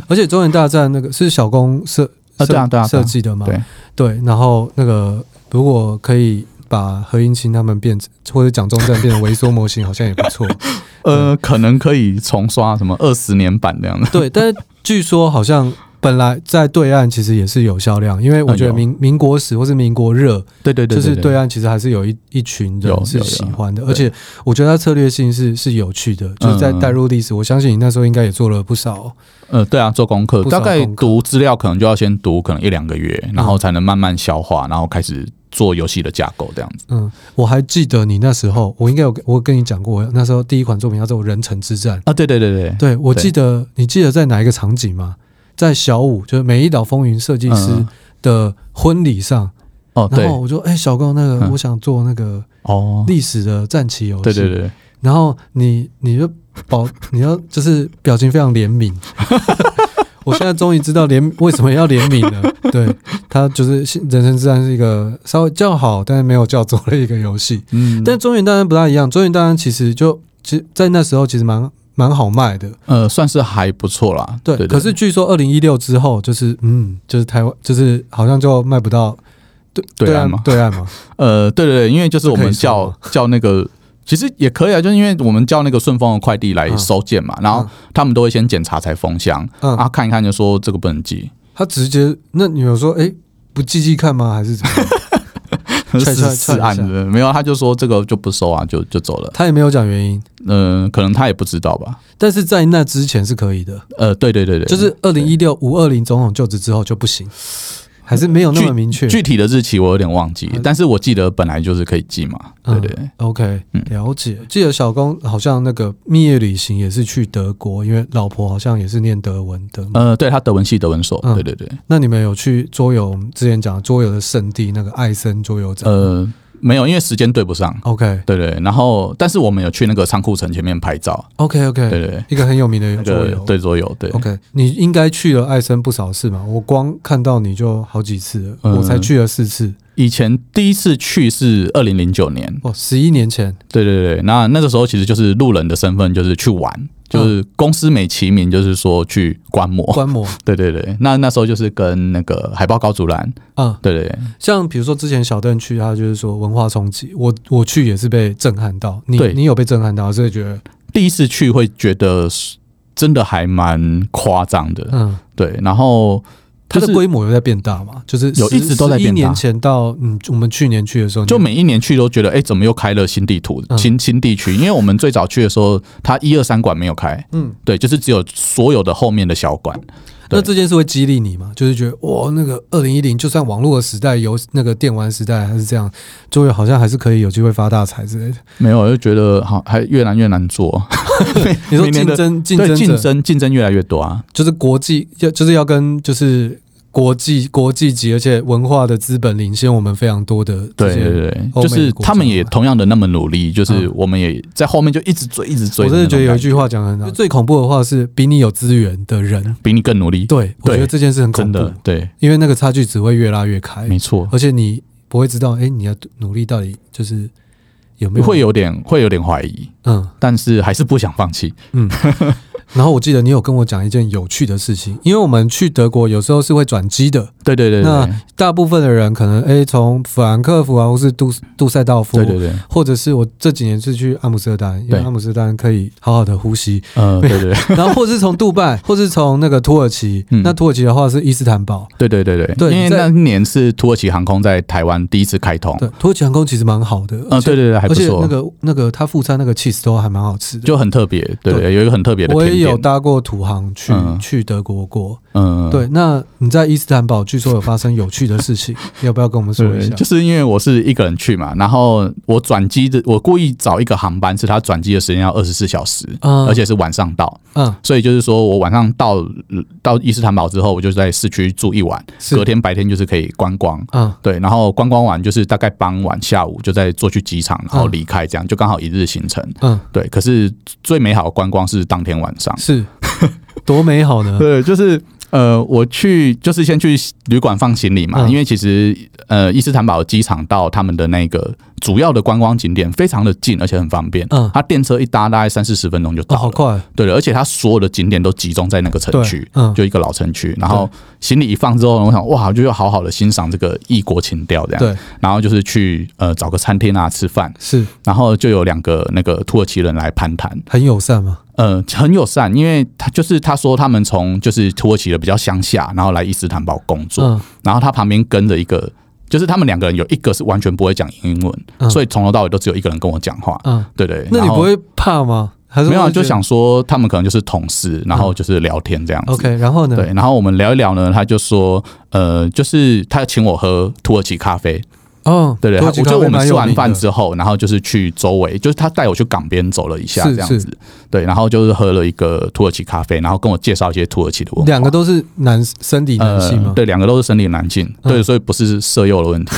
A: 而且中原大战那个是小工设
B: 啊对啊
A: 设
B: 对啊对啊
A: 设计的嘛，
B: 对
A: 对，然后那个如果可以把何应钦他们变成或者蒋中正变成微缩模型，好像也不 错，
B: 呃，可能可以重刷什么二十年版这样的。
A: 对，但是据说好像。本来在对岸其实也是有销量，因为我觉得
B: 嗯有
A: 民民国史或是民国热，
B: 对对对，
A: 就是对
B: 啊，
A: 岸其实还是有一一群
B: 有
A: 人是
B: 有
A: 喜
B: 有
A: 欢的，
B: 对
A: 而且我觉得它策略性是是有趣的，就是在
B: 嗯
A: 带入历史。我相信你那时候应该也做了不少，
B: 呃，对啊，做功课，
A: 不
B: 大
A: 少
B: 概
A: 功课
B: 读资料可能就要先读可能一两个月，然后才能慢慢消化，然后开始做游戏的架构这样子。
A: 嗯，我还记得你那时候，我应该有我跟你讲过，我那时候第一款作品叫做《人城之战》，
B: 啊，对对对对，
A: 对我
B: 对
A: 记得你记得在哪一个场景吗？在小五，就是《美一岛风云》设计师
B: 嗯
A: 的婚礼上，
B: 哦对
A: 然后我就哎、小高那个，
B: 嗯
A: 我想做那个
B: 哦，
A: 历史的战棋游戏，
B: 对对对，
A: 然后你你就保你要就是表情非常怜悯。 我现在终于知道怜为什么要怜悯了。对他就是《人生之战》是一个稍微较好，但是没有较左的一个游戏。
B: 嗯，
A: 但中原大战不大一样，中原大战其实就其实在那时候其实蛮蛮好卖的。
B: 呃，算是还不错啦。
A: 对，
B: 对，
A: 可是据说二零一六之后，就是嗯，就是台湾就是好像就卖不到对
B: 对岸
A: 岸
B: 吗
A: 对岸 嘛，
B: 呃，对对对，因为就是我
A: 这可
B: 们
A: 以说
B: 叫叫那个，其实也可以啊，就是因为我们叫那个顺丰的快递来
A: 嗯
B: 收件嘛，然后
A: 嗯
B: 他们都会先检查才封箱，
A: 嗯
B: 啊，看一看就说这个不能寄，
A: 他直接那你有说哎、诶不记记看吗？还是怎么样？踹
B: 是
A: 踹
B: 是
A: 踹一
B: 案
A: 下
B: 的，没有，他就说这个就不收啊，就就走了。
A: 他也没有讲原因，
B: 嗯、可能他也不知道吧。
A: 但是在那之前是可以的，
B: 呃，对对对对，
A: 就是二零一六五二零总统就职之后就不行，还是没有那么明确。
B: 具体的日期我有点忘记，但是我记得本来就是可以寄嘛，对
A: 嗯
B: 对对，
A: OK，
B: 嗯
A: 了解。记得小公好像那个蜜月旅行也是去德国，因为老婆好像也是念德文的。
B: 呃，对他德文系德文所，
A: 嗯
B: 对对对，
A: 那你们有去桌游？我们之前讲的桌游的圣地那个艾森桌游展、
B: 呃，没有，因为时间对不上，
A: o k
B: 对对，然后但是我们有去那个仓库城前面拍照，
A: OK OK，
B: 对对，
A: 一个很有名
B: 那
A: 的桌
B: 个
A: 游。
B: 对桌游，对，
A: OK，你应该去了艾森不少次嘛？我光看到你就好几次了，
B: 嗯
A: 我才去了四次，
B: 以前第一次去是二零零九年，
A: 哦，十一年前。
B: 对对对，那那个时候其实就是路人的身份，就是去玩，就是公司美其名就是说去观摩，
A: 嗯观摩
B: 对对对，那那时候就是跟那个海豹高竹兰，
A: 啊、
B: 对对对，
A: 像比如说之前小邓去，他就是说文化冲击，我我去也是被震撼到，你
B: 对
A: 你有被震撼到，所以觉得
B: 第一次去会觉得真的还蛮夸张的，
A: 嗯，
B: 对，然后
A: 它
B: 就
A: 的
B: 是
A: 规模有在变大嘛，就是
B: 有一直都在变大
A: 一年前到嗯，我们去年去的时候
B: 就每一年去都觉得，哎、怎么又开了新地图、
A: 嗯
B: 新新地区？因为我们最早去的时候，它一二三馆没有开，
A: 嗯，
B: 对，就是只有所有的后面的小馆，
A: 那
B: 对
A: 这件事会激励你嘛？就是觉得哇，那个二零一零，就算网络的时代有那个电玩时代还是这样，桌游好像还是可以有机会发大财之类的。
B: 没有，我就觉得好，还越难越难做。
A: 你说
B: 每年
A: 竞
B: 的
A: 争竞
B: 对，
A: 争
B: 竞
A: 者
B: 争竞争越来越多啊，
A: 就是国际要就是要跟就是国际国际级，而且文化的资本领先我们非常多的这
B: 对
A: 些
B: 对对，
A: 欧美
B: 就
A: 的
B: 是
A: 国
B: 他们
A: 家
B: 也
A: 嘛
B: 同样的那么努力，就是
A: 嗯
B: 我们也在后面就一直追，一直追
A: 我
B: 那
A: 真的
B: 种感觉。
A: 觉得有一句话讲得很好，最恐怖的话是比你有资源的人。
B: 比你更努力，
A: 对，我觉得
B: 对
A: 这件事很恐
B: 真
A: 怖哎
B: 的，对，
A: 因为那个差距只会越拉越开，
B: 没错，
A: 而且你不会知道，哎、你的努力到底就是有没有
B: 会有点会有点怀疑，
A: 嗯
B: 但是还是不想放弃。
A: 嗯。然后我记得你有跟我讲一件有趣的事情，因为我们去德国有时候是会转机的，
B: 对对对对
A: 那大部分的人可能哎从法兰克福啊，或是杜杜塞道夫，
B: 对对对，
A: 或者是我这几年是去阿姆斯特丹，因为
B: 对
A: 阿姆斯特丹可以好好的呼 吸，
B: 嗯，对对 对
A: 然后或是从杜拜，或是从那个土耳其，
B: 嗯
A: 那土耳其的话是伊斯坦堡，
B: 对对对对，
A: 对
B: 因为
A: 你在
B: 那年是土耳其航空在台湾第一次开通，
A: 对，土耳其航空其实蛮好的，而
B: 哦嗯，
A: 且
B: 对对对，还
A: 而
B: 不
A: 且
B: 错，
A: 那个那个它副餐那个 cheese 都还蛮好吃的，
B: 就很特别，对
A: 对
B: 对，有一个很特别的
A: 我也
B: 甜
A: 有
B: 点，
A: 搭过土航去、
B: 嗯
A: 去德国过。
B: 嗯，
A: 对，那你在伊斯坦堡据说有发生有趣的事情，要不要跟我们说一
B: 对，
A: 下？
B: 就是因为我是一个人去嘛，然后我转机的，我故意找一个航班是它转机的时间要二十四小时，
A: 嗯
B: 而且是晚上到，
A: 嗯，
B: 所以就是说我晚上到到伊斯坦堡之后，我就在市区住一晚，
A: 是
B: 隔天白天就是可以观光。
A: 嗯
B: 对，然后观光完就是大概傍晚下午就再坐去机场，然后
A: 嗯
B: 离开，这样、就刚好一日行程。
A: 嗯，
B: 对，可是最美好的观光是当天晚上。
A: 是多美好 呢。
B: 对，就是呃，我去就是先去旅馆放行李嘛，
A: 嗯
B: 因为其实呃，伊斯坦堡机场到他们的那个主要的观光景点非常的近，而且很方便。
A: 嗯
B: 它电车一搭大概三四十分钟就
A: 哦，
B: 到
A: 好
B: 了。
A: 快，
B: 对了，而且它所有的景点都集中在那个城
A: 对
B: 区，
A: 嗯
B: 就一个老城区。然后行李一放之后，我想哇，就要好好的欣赏这个异国情调这样。
A: 对，
B: 然后就是去呃找个餐厅啊吃饭，
A: 是
B: 然后就有两个那个土耳其人来攀谈，
A: 很友善嘛。
B: 呃，很友善，因为他就是他说他们从就是土耳其的比较乡下，然后来伊斯坦堡工作，
A: 嗯
B: 然后他旁边跟着一个，就是他们两个人有一个是完全不会讲英文，
A: 嗯
B: 所以从头到尾都只有一个人跟我讲话，
A: 嗯，
B: 对对。
A: 那你
B: 然后
A: 不会怕吗？还是
B: 没有啊？
A: 会觉
B: 就
A: 得
B: 想说他们可能就是同事，然后就是聊天这样子。
A: 嗯 OK，然后呢？
B: 对，然后我们聊一聊呢，他就说，呃，就是他请我喝土耳其咖啡，
A: 哦，
B: 对对，
A: 土
B: 我
A: 耳其
B: 觉得
A: 咖啡
B: 我们
A: 蛮
B: 吃
A: 有
B: 完
A: 名
B: 饭
A: 的
B: 之后，然后就是去周围，就是他带我去港边走了一下
A: 是
B: 这样子，对，然后就是喝了一个土耳其咖啡，然后跟我介绍一些土耳其的文化。
A: 两个都是男生理男性吗
B: 呃，对，两个都是生理男性，
A: 嗯
B: 对，所以不是色诱的问题，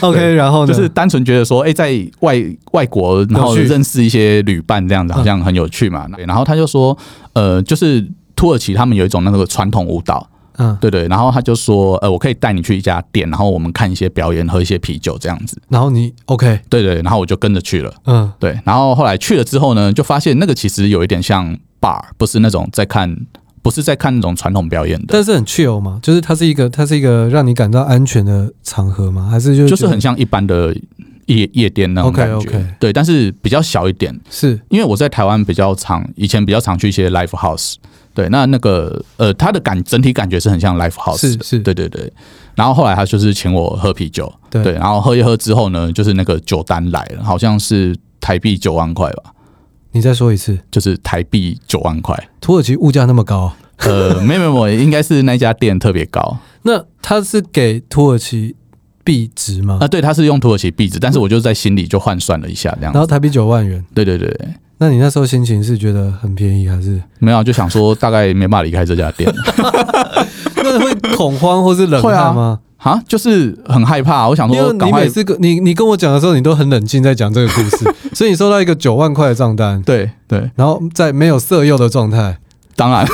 A: ？OK，
B: 对
A: 然后呢？
B: 就是单纯觉得说，哎、在外外国，然后
A: 有趣
B: 认识一些旅伴这样子，
A: 嗯
B: 好像很有趣嘛。对，然后他就说，呃，就是土耳其他们有一种那个传统舞蹈，
A: 嗯，
B: 对对，然后他就说，呃，我可以带你去一家店，然后我们看一些表演，喝一些啤酒这样子，
A: 然后你 OK，
B: 对对，然后我就跟着去了。
A: 嗯，
B: 对，然后后来去了之后呢，就发现那个其实有一点像 bar，不是那种在看，不是在看那种传统表演的，
A: 但是很 chill 嘛，就是它是一个，它是一个让你感到安全的场合嘛，还是就
B: 就是很像一般的夜夜店那种感觉。
A: OK，OK
B: 对，但是比较小一点，
A: 是
B: 因为我在台湾比较常，以前比较常去一些 live house。对，那那个呃，它的感整体感觉是很像 live house，
A: 是
B: 的
A: 是
B: 对对对。然后后来他就是请我喝啤酒，
A: 对
B: 对，然后喝一喝之后呢，就是那个酒单来了，好像是台币九万块吧，
A: 你再说一次，
B: 就是台币九万块。
A: 土耳其物价那么高，啊
B: 呃，没有没有没有，应该是那家店特别高
A: 那他是给土耳其币值吗
B: 啊、？对，他是用土耳其币值，但是我就在心里就换算了一下，这
A: 然
B: 样
A: 后
B: 子。
A: 台币九万元，
B: 对对对对，
A: 那你那时候心情是觉得很便宜还 是？
B: 没有就想说大概没办法离开这家 店。
A: 那会恐慌或是冷
B: 会啊
A: 汗吗？
B: 啊，就是很害怕。我想
A: 因为
B: 说，赶
A: 你
B: 快
A: 每次跟你你跟我讲的时候，你都很冷静在讲这个故事，所以你收到一个九万块的账单，
B: 对对，
A: 然后在没有色诱的状态，
B: 当然，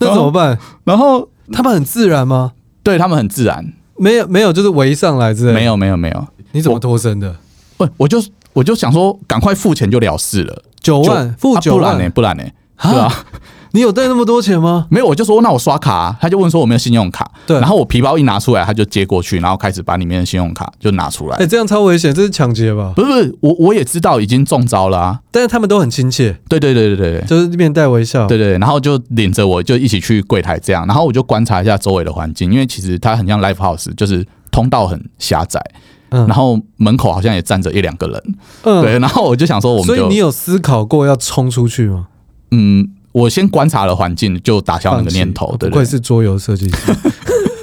A: 那怎么办？
B: 然后
A: 他们很自然吗？
B: 对他们很自然，
A: 没有没有，就是围上来之类。
B: 没，有没有没有，
A: 你怎么脱身的？
B: 不，我就我就想说，赶快付钱就了事了，
A: 九万付啊
B: 啊
A: 九
B: 不然呢、
A: 万
B: 不然呢、对啊吧、？
A: 你有带那么多钱吗？
B: 没有，我就说那我刷卡、啊，他就问说我没有信用卡，
A: 对
B: 然后我皮包一拿出来，他就接过去，然后开始把里面的信用卡就拿出来。
A: 哎、这样超危险，这是抢劫吧？
B: 不是不是，我我也知道已经中招了啊，
A: 但是他们都很亲切，
B: 对对对对对。
A: 就是面带微笑。
B: 对对，对然后就领着我就一起去柜台这样，然后我就观察一下周围的环境，因为其实它很像 live house，就是通道很狭窄，
A: 嗯
B: 然后门口好像也站着一两个人，
A: 嗯
B: 对，然后我就想说我
A: 所
B: 们
A: 以你
B: 就
A: 有思考过要冲出去吗？
B: 嗯，我先观察了环境，就打消那
A: 放
B: 个
A: 弃
B: 念头，对
A: 不愧，
B: 对
A: 是桌游设计 师，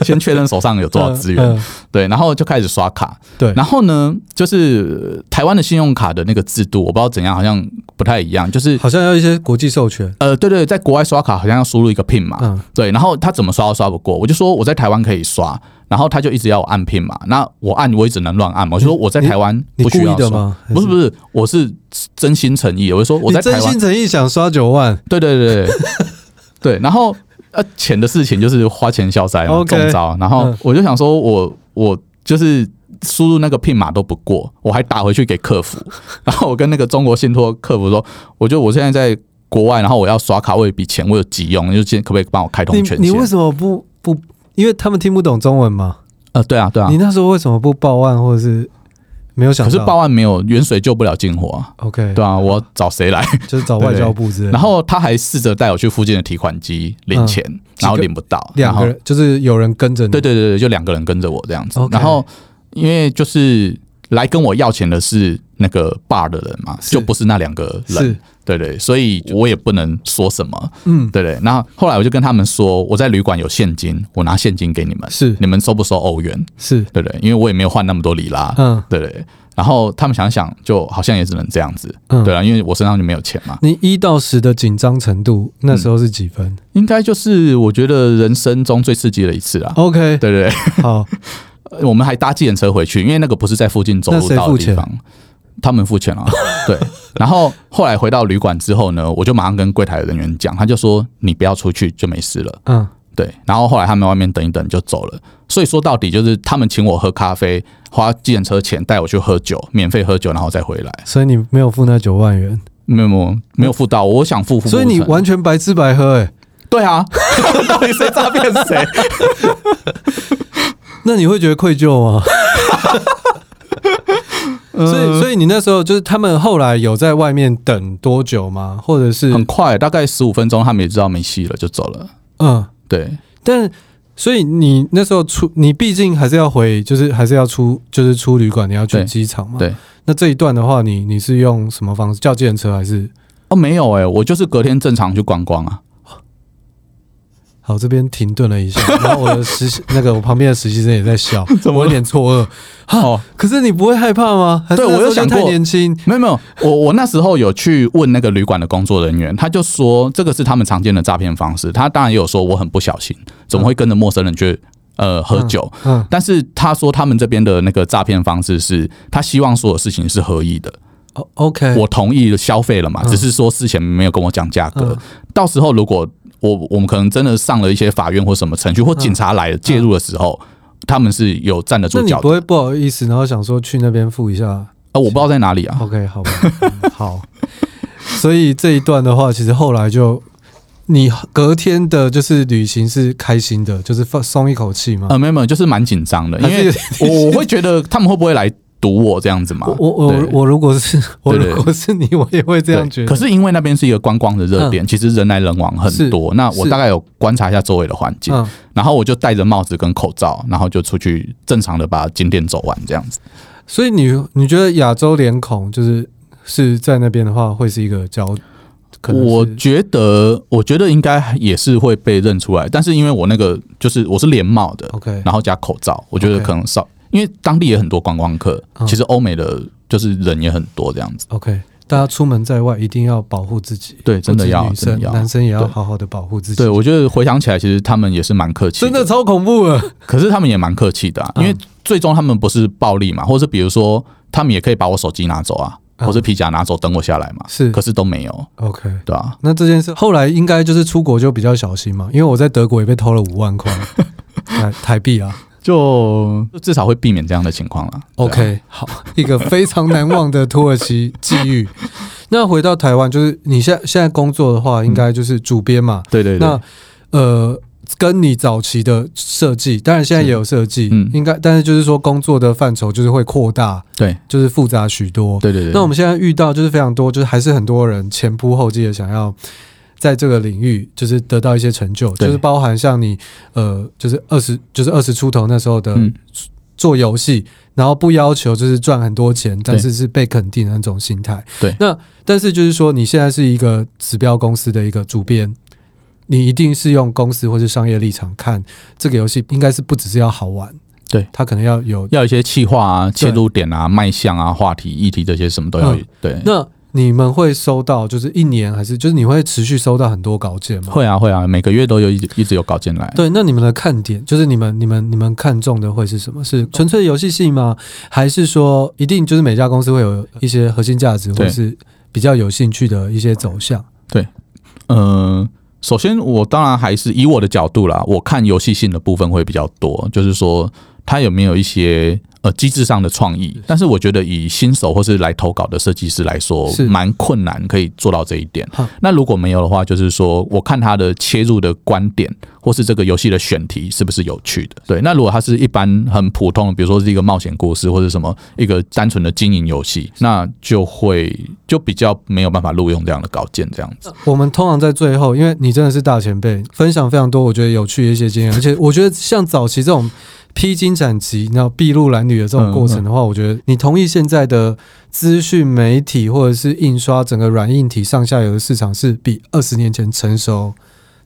B: 先确认手上有多少资源，
A: 嗯嗯
B: 对，然后就开始刷卡，
A: 对，
B: 然后呢，就是台湾的信用卡的那个制度，我不知道怎样，好像不太一样，就是
A: 好像要一些国际授权。
B: 呃，对对，在国外刷卡好像要输入一个 PIN 嘛，
A: 嗯，
B: 对，然后他怎么刷都刷不过，我就说我在台湾可以刷，然后他就一直要我按 PIN 嘛，那我按我也只能乱按嘛，我就说我在台湾
A: 你
B: 不
A: 故
B: 需
A: 意
B: 要
A: 的
B: 刷，
A: 吗？
B: 不是不是，我是真心诚意，我就说我在
A: 你
B: 台
A: 真
B: 湾
A: 心，诚意想刷九万，
B: 对对对对对，然后呃钱的事情就是花钱消 灾嘛，
A: OK，
B: 中招，然后
A: 嗯
B: 我就想说我我就是。输入那个 PIN 码都不过，我还打回去给客服， 然后我跟那个中国信托客服说，我觉得我现在在国外，然后我要刷卡，我有一笔钱，我有急用，就今可不可以帮我开通
A: 你
B: 权限？
A: 你为什么不不？因为他们听不懂中文嘛。
B: 呃，对啊，对啊
A: 你，那时候为什么不报案，或者是没有想
B: 可
A: 到？
B: 是报案没有，远水救不了近火啊。
A: OK，
B: 对啊，我要找谁来？
A: 就是找外交部之类的。
B: 然后他还试着带我去附近的提款机领钱，然后领不到，
A: 两嗯个
B: 然后
A: 人就是有人跟着你，
B: 对对对对，就两个人跟着我这样子。
A: OK
B: 然后因为就是来跟我要钱的是那个 bar 的人嘛，
A: 是
B: 就不是那两个人
A: 是，
B: 对对，所以我也不能说什么，
A: 嗯，
B: 对对。那后来我就跟他们说，我在旅馆有现金，我拿现金给你们，
A: 是
B: 你们收不收欧元？
A: 是，
B: 对对，因为我也没有换那么多里拉，
A: 嗯
B: 对对。然后他们想想，就好像也只能这样子，
A: 嗯，
B: 对啊，因为我身上就没有钱嘛。
A: 你一到十的紧张程度，那
B: 嗯
A: 时候是几分、
B: 应该就是我觉得人生中最刺激的一次啦。
A: o k
B: 对对
A: 好，
B: 对，我们还搭计程车回去，因为那个不是在附近走路到的地
A: 那谁付
B: 方，他们付钱了、对，然后后来回到旅馆之后呢，我就马上跟柜台人员讲，他就说你不要出去就没事了。
A: 嗯，
B: 对，然后后来他们外面等一等就走了。所以说到底就是他们请我喝咖啡，花计程车钱带我去喝酒，免费喝酒，然后再回来。
A: 所以你没有付那九万元，
B: 没有没有没有付到，我想付付不
A: 所以你
B: 成
A: 完全白吃白喝、欸，
B: 对啊， 到底谁诈骗 谁？
A: 那你会觉得愧疚吗？ 所
B: 嗯
A: 以，所以你那时候就是他们后来有在外面等多久吗？或者是
B: 很快，大概十五分钟，他们也知道没戏了，就走了。
A: 嗯，
B: 对，
A: 但所以你那时候出，你毕竟还是要回，就是还是要出，就是出旅馆，你要去
B: 对
A: 机场嘛。
B: 对。
A: 那这一段的话，你你是用什么方式？叫计程车还是？
B: 哦，没有哎、我就是隔天正常去观光啊。
A: 好，这边停顿了一下， 然后我的实习那个我旁边的实习生也在笑，
B: 怎么了
A: 我有点错愕。
B: 哦，
A: 可是你不会害怕吗？还是
B: 对我有
A: 那时候就
B: 想过
A: 太年轻。
B: 没有没有，我我那时候有去问那个旅馆的工作人员，他就说这个是他们常见的诈骗方式。他当然也有说我很不小心，怎么会跟着陌生人去呃喝酒？
A: 嗯，
B: 但是他说他们这边的那个诈骗方式是，他希望所有事情是合意的，
A: 哦，OK，
B: 我同意消费了嘛，
A: 嗯
B: 只是说事前没有跟我讲价格
A: 嗯。
B: 到时候如果我我们可能真的上了一些法院或什么程序，或警察来了介入的时候，他们是有站得
A: 嗯那
B: 住
A: 你
B: 脚
A: 不
B: 的。
A: 会不好意思，然后想说去那边付一下
B: 呃，我不知道在哪里啊，
A: ？OK，好吧，嗯好。所以这一段的话，其实后来就你隔天的就是旅行是开心的，就是放松一口气嘛。
B: 嗯呃，没有没有，就是蛮紧张的，因
A: 还是
B: 为
A: 有
B: 我我会觉得他们会不会来堵我这样子嘛
A: 我。我我
B: 啊对
A: 我如果是我
B: 对对
A: 如果是你，我也会这样
B: 对
A: 觉得。嗯
B: 可是因为那边是一个观光的热点，其实人来人往很多。那我
A: 是
B: 大概有观察一下周围的环境，
A: 嗯，
B: 然后我就戴着帽子跟口罩，然后就出去正常的把景点走完这样子。
A: 所以你你觉得亚洲脸孔就是是在那边的话，会是一个焦？可能是
B: 我觉得，我觉得应该也是会被认出来，但是因为我那个就是我是连帽的，
A: OK，
B: 然后加口罩，我觉得
A: OK
B: 可能少因为当地也很多观光客，
A: 嗯
B: 其实欧美的就是人也很多这样子。
A: OK，大家出门在外一定要保护自己，
B: 对真
A: 不
B: 的
A: 止
B: 要
A: 女
B: 真的
A: 生
B: 要
A: 男生也要
B: 对
A: 好好的保护自己。
B: 对，我觉得回想起来，其实他们也是蛮客气，
A: 真的，超恐怖 了。
B: 可是他们也蛮客气的、啊，因
A: 嗯
B: 为最终他们不是暴力嘛，或是比如说他们也可以把我手机拿走啊，
A: 嗯
B: 或是皮夹拿走等我下来嘛，
A: 是
B: 可是都没有，
A: OK，
B: 对吧、
A: 那这件事后来应该就是出国就比较小心嘛，因为我在德国也被偷了五万 块台台币啊。
B: 就就至少会避免这样的情况了。对啊
A: OK，好，一个非常难忘的土耳其际遇。 那回到台湾，就是你现在现在工作的话，应该就是主编嘛。
B: 对对对
A: 那，呃，跟你早期的设计，当然现在也有设计，
B: 嗯
A: 应该，但是就是说工作的范畴就是会扩大，
B: 对
A: 就是复杂许多。
B: 对对对。
A: 那我们现在遇到就是非常多，就是还是很多人前仆后继的想要在这个领域就是得到一些成就，
B: 对
A: 就是包含像你呃，就是二十就是二十出头那时候的
B: 嗯
A: 做游戏，然后不要求就是赚很多钱，但是是被肯定的那种心态。
B: 对
A: 那但是就是说你现在是一个指标公司的一个主编。你一定是用公司或是商业立场看这个游戏，应该是不只是要好玩，
B: 对
A: 它可能要有
B: 要有一些企划啊、切入点啊、卖相啊、话题、议题这些什么都要有。对，
A: 那你们会收到，就是一年还是就是你会持续收到很多稿件吗？
B: 会啊会啊，每个月都有一直一直有稿件来。
A: 对，那你们的看点就是你们、你们、你们看中的会是什么？是纯粹游戏性吗？还是说一定就是每家公司会有一些核心价值，或
B: 对
A: 者是比较有兴趣的一些走向？
B: 嗯，首先我当然还是以我的角度啦，我看游戏性的部分会比较多，就是说它有没有一些呃机制上的创意。但是我觉得以新手或是来投稿的设计师来说
A: 是，
B: 蛮困难可以做到这一点
A: 好。
B: 那如果没有的话，就是说我看他的切入的观点，或是这个游戏的选题是不是有趣的。对，那如果它是一般很普通的，比如说是一个冒险故事或者什么一个单纯的经营游戏，那就会就比较没有办法录用这样的稿件这样子。
A: 我们通常在最后，因为你真的是大前辈，分享非常多我觉得有趣的一些经验，而且我觉得像早期这种披荆斩棘、然后筚路蓝缕的
B: 嗯
A: 这种过程的话，我觉得你同意现在的资讯媒体或者是印刷整个软硬体上下游的市场是比二十年前成熟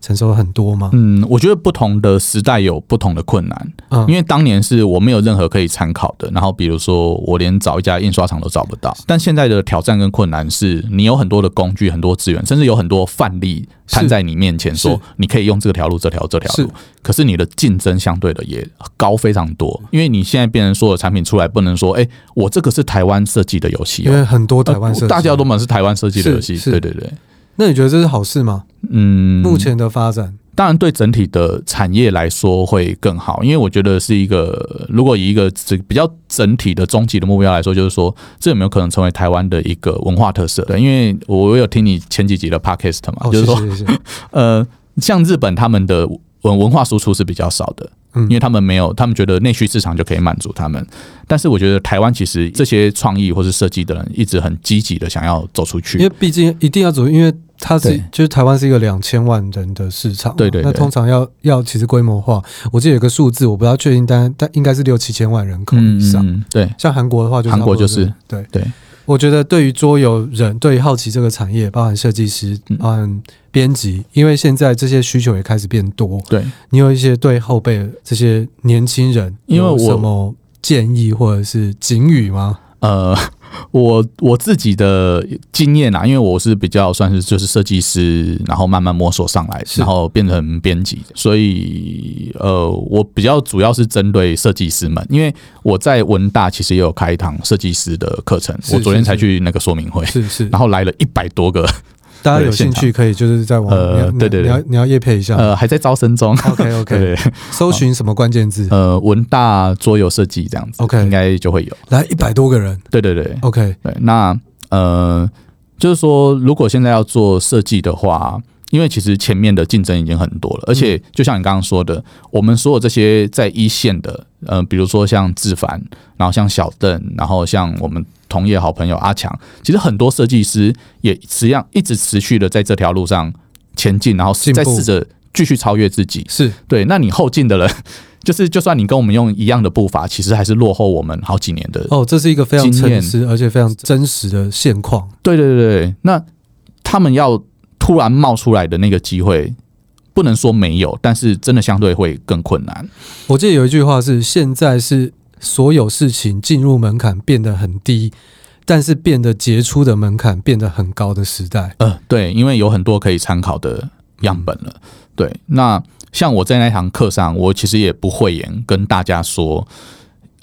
A: 成熟很多吗？
B: 嗯，我觉得不同的时代有不同的困难，
A: 嗯，
B: 因为当年是我没有任何可以参考的，然后比如说我连找一家印刷厂都找不到。但现在的挑战跟困难是你有很多的工具、很多资源，甚至有很多范例
A: 是
B: 摊在你面前，
A: 是
B: 说你可以用这条路、这条、这条
A: 是
B: 路。可是你的竞争相对的也高非常多，因为你现在变成所有产品出来，不能说哎、我这个是台湾设计的游戏
A: 因
B: 哦、
A: 为很多台湾设计、
B: 呃大家都满是台湾设计的游戏，
A: 是是
B: 对对对，
A: 那你觉得这是好事吗？
B: 嗯，
A: 目前的发展，
B: 当然，对整体的产业来说会更好，因为我觉得是一个，如果以一个这比较整体的终极的目标来说，就是说这有没有可能成为台湾的一个文化特色？对，因为我有听你前几集的 podcast 嘛，
A: 哦，
B: 啊就
A: 谢
B: 是说，
A: 谢谢 谢，
B: 呃，像日本他们的文文化输出是比较少的，
A: 嗯
B: 因为他们没有，他们觉得内需市场就可以满足他们。但是我觉得台湾其实这些创意或是设计的人一直很积极的想要走出去，
A: 因为毕竟一定要走，因为它是
B: 对
A: 就是台湾是一个两千万人的市场嘛，
B: 对对对
A: 那通常要要其实规模化，我记得有个数字我不知道确定，但但应该是六七千万人口
B: 嗯，
A: 以上。
B: 嗯嗯对，
A: 像韩国的话就差不多，
B: 韩国就是
A: 对
B: 对。
A: 我觉得对于桌游人，对于好奇这个产业，包含设计师
B: 嗯，
A: 包含编辑，因为现在这些需求也开始变多，
B: 对。
A: 你有一些对后辈这些年轻人，
B: 因为
A: 有
B: 我
A: 什么建议或者是警语 吗？
B: 呃，我我自己的经验啊，因为我是比较算是就是设计师，然后慢慢摸索上来，
A: 是
B: 然后变成编辑，所以呃，我比较主要是针对设计师们，因为我在文大其实也有开一堂设计师的课程，
A: 是
B: 我昨天才
A: 是
B: 去那个说明会，
A: 是是，
B: 然后来了一百多个，
A: 大家有兴趣可以就是在网，
B: 呃
A: 你要你要
B: 对对对
A: 你要你要夜配一下。
B: 呃，还在招生中。
A: OK
B: 对
A: OK，
B: 对，对
A: 搜寻什么关键字？
B: 呃，文大桌游设计这样子
A: OK
B: 应该就会有。
A: 来一百多个人。
B: 对对对，
A: OK，
B: 对，那呃，就是说，如果现在要做设计的话，因为其实前面的竞争已经很多了，而且
A: 嗯
B: 就像你刚刚说的，我们所有这些在一线的，呃，比如说像志凡，然后像小邓，然后像我们同业好朋友阿强，其实很多设计师也实际上一直持续的在这条路上前进，然后
A: 进
B: 再
A: 步
B: 试着继续超越自己。
A: 是
B: 对，那你后进的人， 就是就算你跟我们用一样的步伐，其实还是落后我们好几年的
A: 哦，这是一个非常
B: 经验
A: 诚实而且非常真实的现况。
B: 对对对对，那他们要突然冒出来的那个机会，不能说没有，但是真的相对会更困难。
A: 我记得有一句话是：现在是所有事情进入门槛变得很低，但是变得杰出的门槛变得很高的时代。
B: 呃，对，因为有很多可以参考的样本了。对，那像我在那堂课上，我其实也不讳言跟大家说。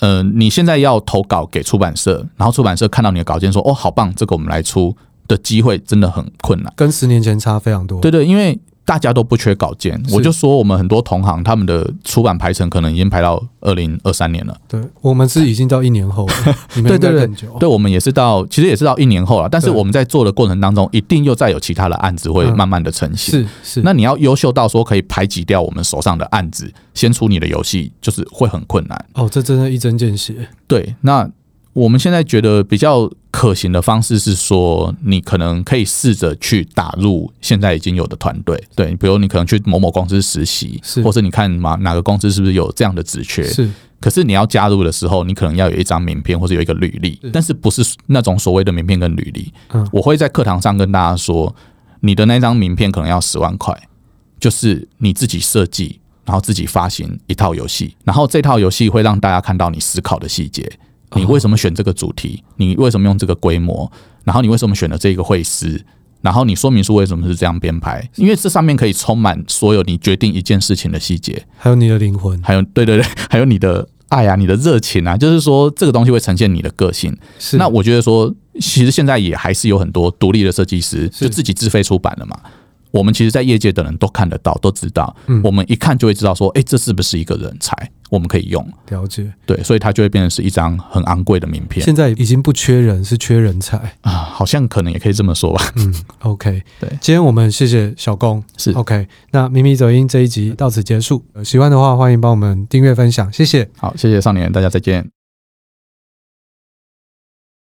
B: 呃，你现在要投稿给出版社，然后出版社看到你的稿件说：“哦，好棒，这个我们来出。”的机会真的很困难。
A: 跟十年前差非常多。
B: 对对，因为大家都不缺稿件，
A: 是
B: 我就说我们很多同行他们的出版排程可能已经排到二零二三年了。
A: 对，我们是已经到一年后了， 你们
B: 对
A: 应该
B: 对
A: 更久。
B: 对，我们也是到，其实也是到一年后了。但是
A: 哦对
B: 我们在做的过程当中，一定又再有其他的案子会
A: 嗯
B: 慢慢的成型。
A: 是是，
B: 那你要优秀到说可以排挤掉我们手上的案子，先出你的游戏，就是会很困难。
A: 哦，这真的一针见血。
B: 对，那我们现在觉得比较可行的方式是说，你可能可以试着去打入现在已经有的团队，对，比如你可能去某某公司实习，
A: 是
B: 或是你看嘛哪个公司是不是有这样的职缺，
A: 是
B: 可是你要加入的时候，你可能要有一张名片或者有一个履历
A: 是，
B: 但是不是那种所谓的名片跟履历。
A: 嗯
B: 我会在课堂上跟大家说，你的那张名片可能要十万块，就是你自己设计，然后自己发行一套游戏，然后这套游戏会让大家看到你思考的细节。你
A: 嗯哦
B: 为什么选这个主题？你为什么用这个规模？然后你为什么选了这个会师？然后你说明书为什么是这样编排？因为这上面可以充满所有你决定一件事情的细节。
A: 还有你的灵魂
B: 还有对对 对，还有你的爱啊，你的热情啊，就是说这个东西会呈现你的个性。
A: 是
B: 那我觉得说，其实现在也还是有很多独立的设计师，
A: 是
B: 就自己自费出版的嘛。我们其实，在业界的人都看得到，都知道，
A: 嗯
B: 我们一看就会知道说，哎、这是不是一个人才，我们可以用。
A: 了解。
B: 对，所以它就会变成是一张很昂贵的名片
A: 现在已经不缺人，是缺人才。
B: 啊，好像可能也可以这么说吧。
A: 嗯，OK。
B: 对
A: 今天我们谢谢小工。
B: 是
A: OK，那咪咪走音这一集到此结束。呃喜欢的话，欢迎帮我们订阅分享，谢谢。
B: 好，谢谢少年，大家再见。